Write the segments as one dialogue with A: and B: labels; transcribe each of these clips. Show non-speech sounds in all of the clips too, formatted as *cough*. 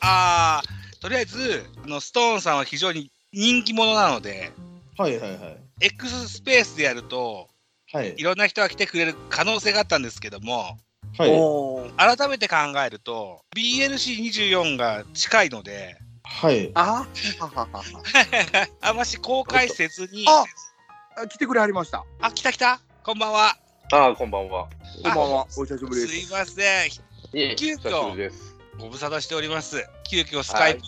A: あーとりあえずあのストーンさんは非常に人気者なので
B: はいはいはい。
A: X スペースでやると
B: はい
A: い。ろんな人が来てくれる可能性があったんですけども
B: はい。
C: おー
A: 改めて考えると BLC24 が近いので *laughs*
B: はい。
C: あははは
A: あんまし公開せずに
C: あ *laughs* あ来てくれはりました。
A: あ来た来たこんばんは
D: ああ、こんばんは。
C: こんばんは。お久しぶりですす。
A: いません
D: いえ
A: 急遽
D: 久しぶりです。
A: ご無沙汰しております急遽スカイプ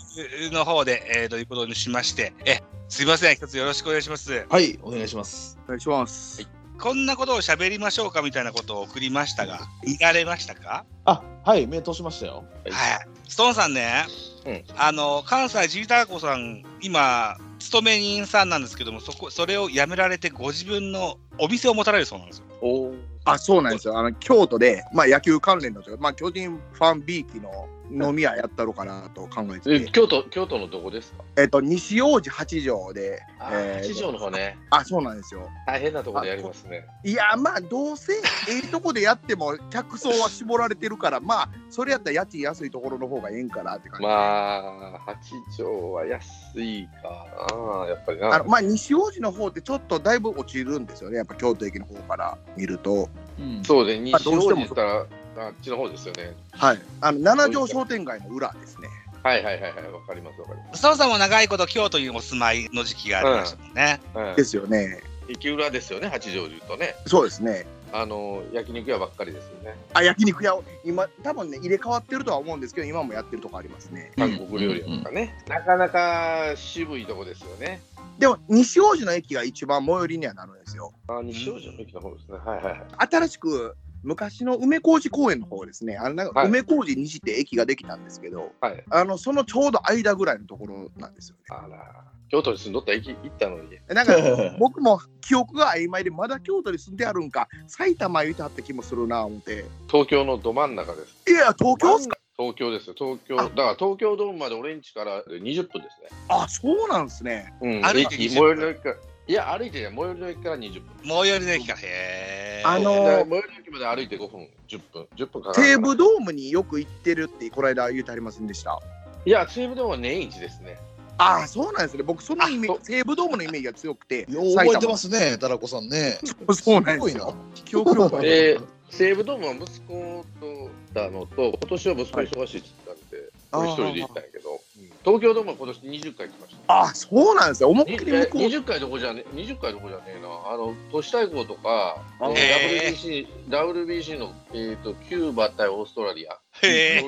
A: の方で、えーということにしましてえすいません一つよろしくお願いします
B: はい。お願いします。
C: お願いします。
A: こんなことを喋りましょうかみたいなことを送りましたが見られましたか
B: あ、はい。目通しましたよ。
D: はい
A: はい、ストーンさんね、
D: うん
A: あの関西ジーターコさん今勤め人さんなんですけどもそこそれを辞められてご自分のお店を持たれるそうなんですよ。
D: おお。
C: あ、そうなんですよ。あの京都で、まあ、野球関連だとか、まあ、巨人ファンビーキの飲み屋やったろうかなと考えて
D: え、
C: て、
D: 京都、京都のどこですか。
C: えっと、西王子八条で、
D: あ
C: え
D: ー、
C: ー
D: 八条の方ね。
C: あ、そうなんですよ。
D: *laughs* 大変なとこでやりますね。
C: いや、まあ、どうせ、ええとこでやっても、客層は絞られてるから、まあ、それやったら家賃安いところの方がええんかなって感じ。
D: まあ、八条は安いかな、やっぱり
C: あ
D: な
C: の。まあ、西王子の方ってちょっとだいぶ落ちるんですよね、やっぱ京都駅の方から見ると、
B: うん
D: そうで、
C: まあ
D: 西
C: どう
D: 王
C: して
D: 子
C: も
D: 言ったら、あっちの方ですよね。
C: はい、あの七条商店街の裏ですね。
D: はいはいはいはい、わかります、わかりま
A: ストーンさんも長いこと京都にお住まいの時期がありましたもんね。
D: す。う
C: で
D: ん
C: すよね、
D: 駅裏ですよね、八条で言うとね。
C: そうですね。
D: あの、焼肉屋ばっかりですよね。
C: あ焼肉屋を今多分ね入れ替わってるとは思うんですけど今もやってるとこありますね
B: うん
D: 韓国料理屋とかね。なかなか渋いとこですよね。
C: でも西王子の駅が一番最寄りにはなるんですよ
D: あ、西王子の駅の方ですね。はいはいはい。
C: 新しく昔の梅小路公園の方ですねあのなんか
D: はい
C: 梅小路西って駅ができたんですけど
D: はい。
C: あのそのちょうど間ぐらいのところなんですよね
D: あら、京都に住んどったら行き行ったのに。
C: なんか *laughs* 僕も記憶が曖昧でまだ京都に住んであるんか埼玉言うてはった気もするな思って
D: 東京のど真ん中です。
C: いや東京っすか
D: 東京ですよ、東京。
C: あ
D: だから東京ドームまで俺ん家から20分です
C: あそうなんですね
D: ね。うん、
A: 歩いて
D: 駅
A: 20分
D: 最寄りの駅から。いや、歩いてね、最寄りの駅から20分。
A: 最寄りの駅からへー
C: あのー
D: だから最寄りの駅まで歩いて5分、10分、10分かかる。
C: 西武ドームによく行ってるってこの間言うてありませんでした
D: いや、西武ドームは年一ですね。
C: ああ、そうなんですね。僕、そのイメー
D: あ
C: ジ、西武ドームのイメージが強くて、。
B: *laughs* よう覚えてますすね、たらこさんね。
C: そうな
B: す
C: んです
B: ごい
C: よ
B: な。
C: 記憶力が
B: え
D: で、西武ドームは息子とだのと、今年は息子忙しいって言ったんで、俺一人で行ったんやけど、うん東京ドームは今年20回来ました。
C: ああ、そうなんですよ。思いっきり向こう。
D: 20回どこじゃね20回どこじゃねえなあの都市対抗とか、
C: あ
D: えー WBC, WBC の、えー、とキューバ対オーストラリア
A: へ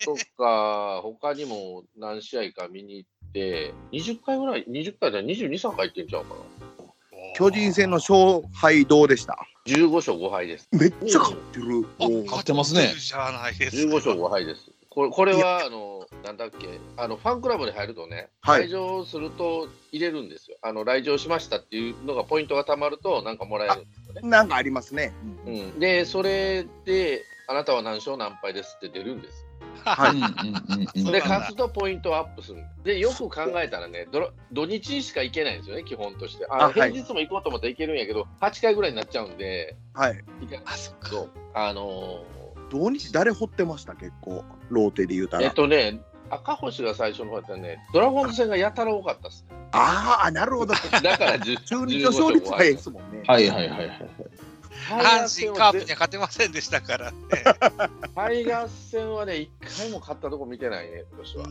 D: それとか他にも何試合か見に行って20回ぐらい20回じゃ223回行ってんちゃうかな
A: ー
C: 巨人戦の勝敗どうでした
D: 15勝5敗です
C: めっちゃ勝ってる。
A: お
C: おう
B: 勝ってますね
A: じゃないです
D: 15勝5敗ですこれこれはあのなんだっけあのファンクラブに入るとね、
C: はい
D: 来場すると入れるんですよあの来場しましたっていうのがポイントがたまるとなんかもらえるんですよね
C: なんかありますね。
D: うん、でそれで「あなたは何勝何敗です」って出るんです
B: う
C: は
B: ん
C: い。
B: うんうんうん
A: そうな
D: で
A: んだ
D: 勝つとポイントをアップするんですでよく考えたらねどろ土日にしか行けないんですよね基本としてあ
C: あは
D: 平
C: い
D: 日も行こうと思ったら行けるんやけど8回ぐらいになっちゃうんで
C: はい。
D: 行かない
A: あそっか
D: とあの
C: 土日、誰掘ってました結構。ローテで言うた
D: ーえっ
C: ら。
D: とね赤星が最初の方やったらねドラゴンズ戦がやたら多かったっすね
C: あーあ、なるほど。
D: だから10
C: 中日の勝率がええですもんね。
B: はいはいはいはい。
A: 阪神カープには勝てませんでしたからね。
D: タイガース戦はね一回も勝ったとこ見てないね今年は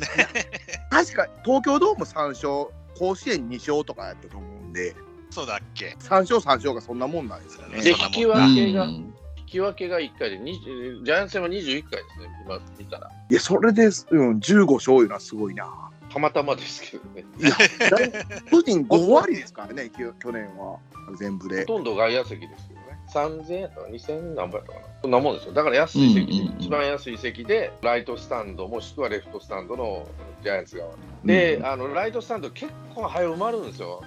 C: 確か、東京ドーム3勝、甲子園2勝とかやったと思うんで、
A: そうだっけ。
C: 3勝3勝がそんなもんなんですよね。
D: で
A: そんなもん
D: 引き分けが
B: うん
D: 引き分けが1回で20ジャイアンツ戦は21回ですね今見たら
C: いや、それです、うん、15勝いうのはすごいな。
D: たまたまですけどね、
C: いや、個人5割ですからね、き *laughs* ゅ去年は、全部
D: ほ
C: で。
D: とんど外野席ですけどね、3000円やったかな、2000何本やったかな、そんなもんですよ、だから安い席、
B: うんうんうん
D: 一番安い席で、ライトスタンド、もしくはレフトスタンドのジャイアンツ側、で、あのライトスタンド、結構早埋まるんですよ、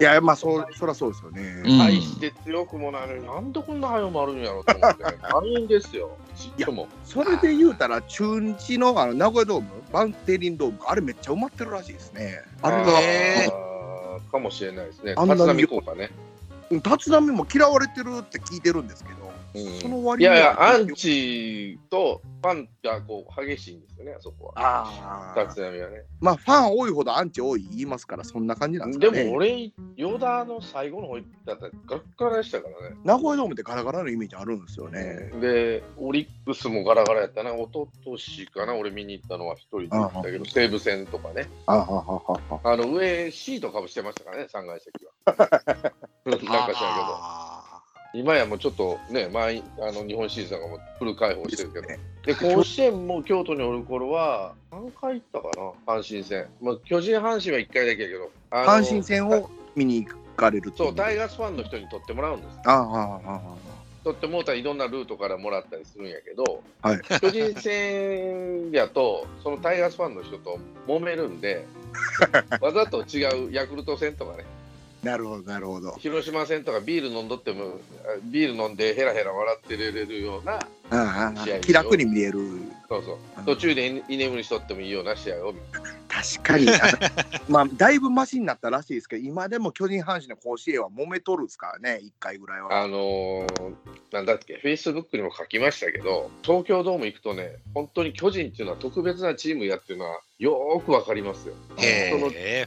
C: いや、まあ、そうそりゃそうですよね。
B: うん
D: 大して強くもないのに、なんでこんな早埋まるんやろと思って、悪いんですよ、ちっとも。
C: それで言うたら、中日のあの名古屋ドーム、バンテリンドーム、あれめっちゃ埋まってるらしいですね。あれが、
A: へー
D: あーかもしれないですね、
C: あんなに
D: 立浪効果ね。
C: 立浪も嫌われてるって聞いてるんですけど、
D: うん
C: その割
D: い
C: には
D: やいや、アンチとファンがこう激しいんですよね、あそこは。
C: ああ
D: 立浪はね。
C: まあファン多いほどアンチ多い言いますからそんな感じなんです
D: で
C: かね
D: も俺、ヨダの最後の方行ったら、ガッガラでしたからね。
C: 名古屋ドームってガラガラのイメージあるんですよね、
D: で、オリックスもガラガラやったな、一昨年かな、俺見に行ったのは一人で行ったけど、西武戦とかね、
C: あはははは
D: あの上、シートかぶしてましたからね、3
C: *laughs*
D: 階席は。なんか知らんけど、
C: あ
D: 今やもうちょっとね、前あの日本シリーズなんかもフル開放してるけど、
C: ね
D: で甲子園も京都におる頃は、何回行ったかな、阪神戦、まあ、巨人、阪神は1回だけやけど、あの
C: 阪神戦を見に行かれるってい
D: そう、タイガースファンの人に取ってもらうんです。
C: あああああ
D: 取ってもうたらいろんなルートからもらったりするんやけど、
C: はい
D: 巨人戦やと、そのタイガースファンの人と揉める
C: *laughs*
D: んで、わざと違うヤクルト戦とかね、
C: あなるほどなるほど
D: 広島戦とかビール飲んどっても、あビール飲んでヘラヘラ笑ってれるような、
C: あああ
D: 試合
C: あ気楽に見える
D: そうそう、途中で居居眠りしとってもいいような試合を見る
C: 確かにあの *laughs* まあだいぶマシになったらしいですけど今でも巨人阪神の甲子園は揉めとるんですからね1回ぐらいは
D: あのーなんだっけ、フェイスブックにも書きましたけど、東京ドーム行くとね、本当に巨人っていうのは特別なチームやっていうのは、よーくわかりますよ。その
A: へ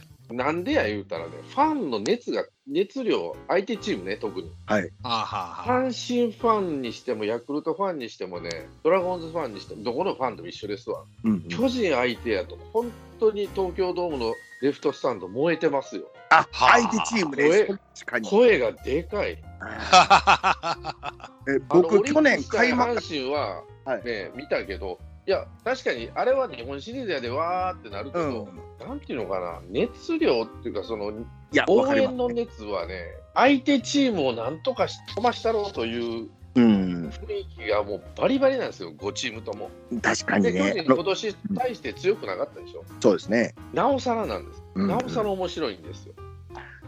A: え。
D: なんでや言うたらね、ファンの熱が、熱量、相手チームね、特に。
A: はあはあはあ
D: 阪神ファンにしても、ヤクルトファンにしてもね、ドラゴンズファンにしても、どこのファンでも一緒ですわ。
C: うんうん
D: 巨人相手やと、本当に東京ドームのレフトスタンド燃えてますよ。
C: あ
A: はあ
C: 相手チームで
D: 声
C: 確かに
D: 声がでかい。
C: え
D: あの
C: 僕去年
D: オリ
C: 開
D: ッ
C: 幕
D: クス対阪神は、
C: はい
D: ね見たけど、いや、確かにあれは日本シリーズやでわーってなるけ
C: う
D: ど、
C: ん
D: なんていうのかな、熱量っていうか、その
C: いやわ
D: 応
C: かりま
D: 援の
C: す
D: 熱はね、相手チームをなんとかし飛ばしたろうという
C: うん
D: 雰囲気がもうバリバリなんですよ、5チームとも。
C: 確か
D: で、
C: に
D: 巨人
C: ね
D: 今年対して強くなかったでしょ、
C: そうですね
D: なおさらなんです、
C: うんうん
D: なおさら面白いんですよ。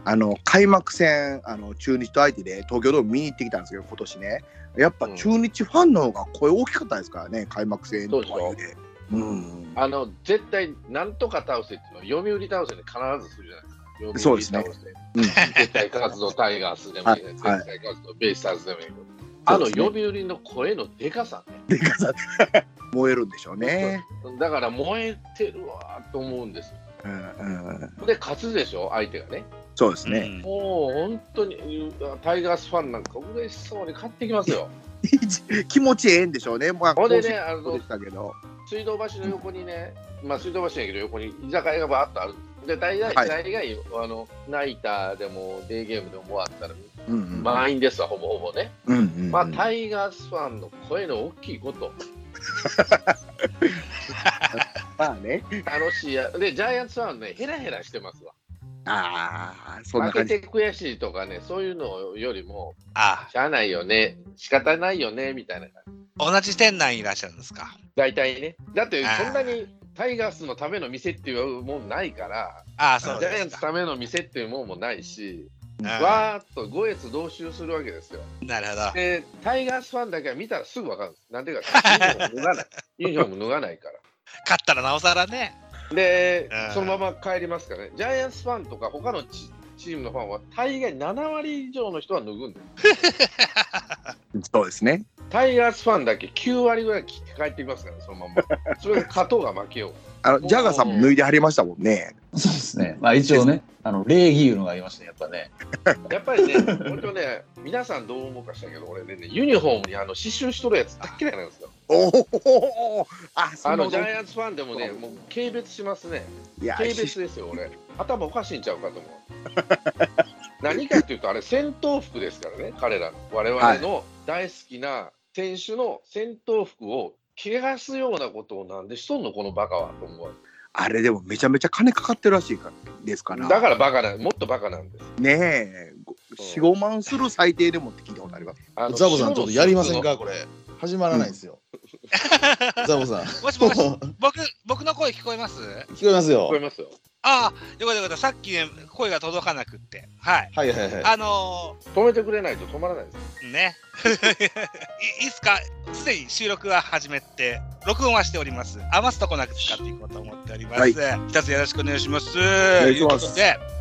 C: あの開幕戦あの中日と相手で東京ドーム見に行ってきたんですけど今年ねやっぱ中日ファンの方が声大きかったですからね開幕戦とかいうでうん
D: あの絶対、なんとか倒せっていうのは、読売倒せで必ずするじゃないですか、
C: そうですね
D: 読売倒
C: う
D: せ
C: ん
D: 絶対勝つぞ、タイガースでもいいね、絶
C: はい
D: 対勝つぞ、ベイスターズでもいいね。あの
C: そうですね
D: 読売の声のでかさね。
C: でかさ燃えるんでしょうね
D: だから燃えてるわーと思うんです。
C: うんうん
D: で、勝つでしょ、相手がね。
C: そ
A: *laughs*
C: うです
A: う
C: ね
A: ん
D: もう本当にタイガースファンなんか嬉しそうに買ってきますよ。
C: *laughs* 気持ちええんでしょうねまあ
D: ほんでね、
C: 甲子
D: あ
C: 園
D: の
C: でしたけど
D: 水道橋の横にね、まあ水道橋やけど横に居酒屋がバーっとある。で大概、
C: はい
D: 大概あのナイターでもデーゲームでも終わったら
C: うんうん
D: 満員ですわ、ほぼほぼね。
C: うんうんうん
D: まあタイガースファンの声の大きいこと、
C: まあね
D: 楽しいや。でジャイアンツファンね、ヘラヘラしてますわ。
C: ああそんな
D: 負け
C: 感じ
D: て悔しいとかね、そういうのよりも、
A: あ
D: しゃあないよね、仕方ないよねみたいな感じ。
A: 同じ店内にいらっしゃるんですか。
D: 大体ね。だって
A: あー
D: そんなにタイガースのための店っていうもんないから、
A: ああ、
D: ジ
A: そう
D: ャイア
A: で
D: ン
A: す
D: ツ
A: か。
D: ための店っていうもんもないし、
A: うん
D: わーっと五越同集するわけですよ。
A: なるほど。
D: で、タイガースファンだけは見たらすぐ分かるんです。なんでかっていうとユニフォーム脱がない。ユニフォーム脱がないから。
A: 勝ったらなおさらね。
D: で
A: あー、
D: そのまま帰りますからね。ジャイアンツファンとか他のチチームのファンは、大概7割以上の人は脱ぐんです。
C: そうですね
D: タイガースファンだけ9割ぐらい帰ってきますからね、そのまま。それが勝とうが負けようが。
C: あのジャガーさんも脱いではりましたもんね
B: そうですね。まあ一応ね、あの礼儀いうのがありましたね、やっぱね。
D: やっぱりね、本当ね、皆さんどう思うかしたけど、俺ね、ユニフォームにあの刺繍しとるやつ大嫌いなんですよ。
C: おおあそ
D: あ
C: の
D: のジャイアンツファンでもね、もう軽蔑しますね。
C: いや
D: 軽蔑ですよ、俺。頭おかしいんちゃうかと思う。 *laughs* 何かっていうと、あれ、戦闘服ですからね、彼らの。我々の大好きな選手の戦闘服を汚すようなことをなんでしとんの、このバカはと思うわけ。
C: あれでもめちゃめちゃ金かかってるらしいからですから。
D: だからバカな、もっとバカなんです。
C: ねえ、四五万する最低でもって聞いたことあります。
D: あの
B: ザボさんちょっとやりませんかこれ。始まらないですよ。ザボさん。 *laughs*
A: もしもし、
B: 聞
A: 僕、僕の声聞こえます
B: こえますよ
D: 聞こえ。ますよ。
A: ああ、よかったよかった。さっきね、声が届かなくって。はい。
B: はいはいはい。
A: あの
D: 止めてくれないと止まらないです。
A: ー、ね。 *laughs* いいいっすかすでに収録は始めて、録音はしております。余すとこなく使っていこうと思っております。
C: はい
A: 一つよろしくお願いします。
C: 願いします
A: ということで、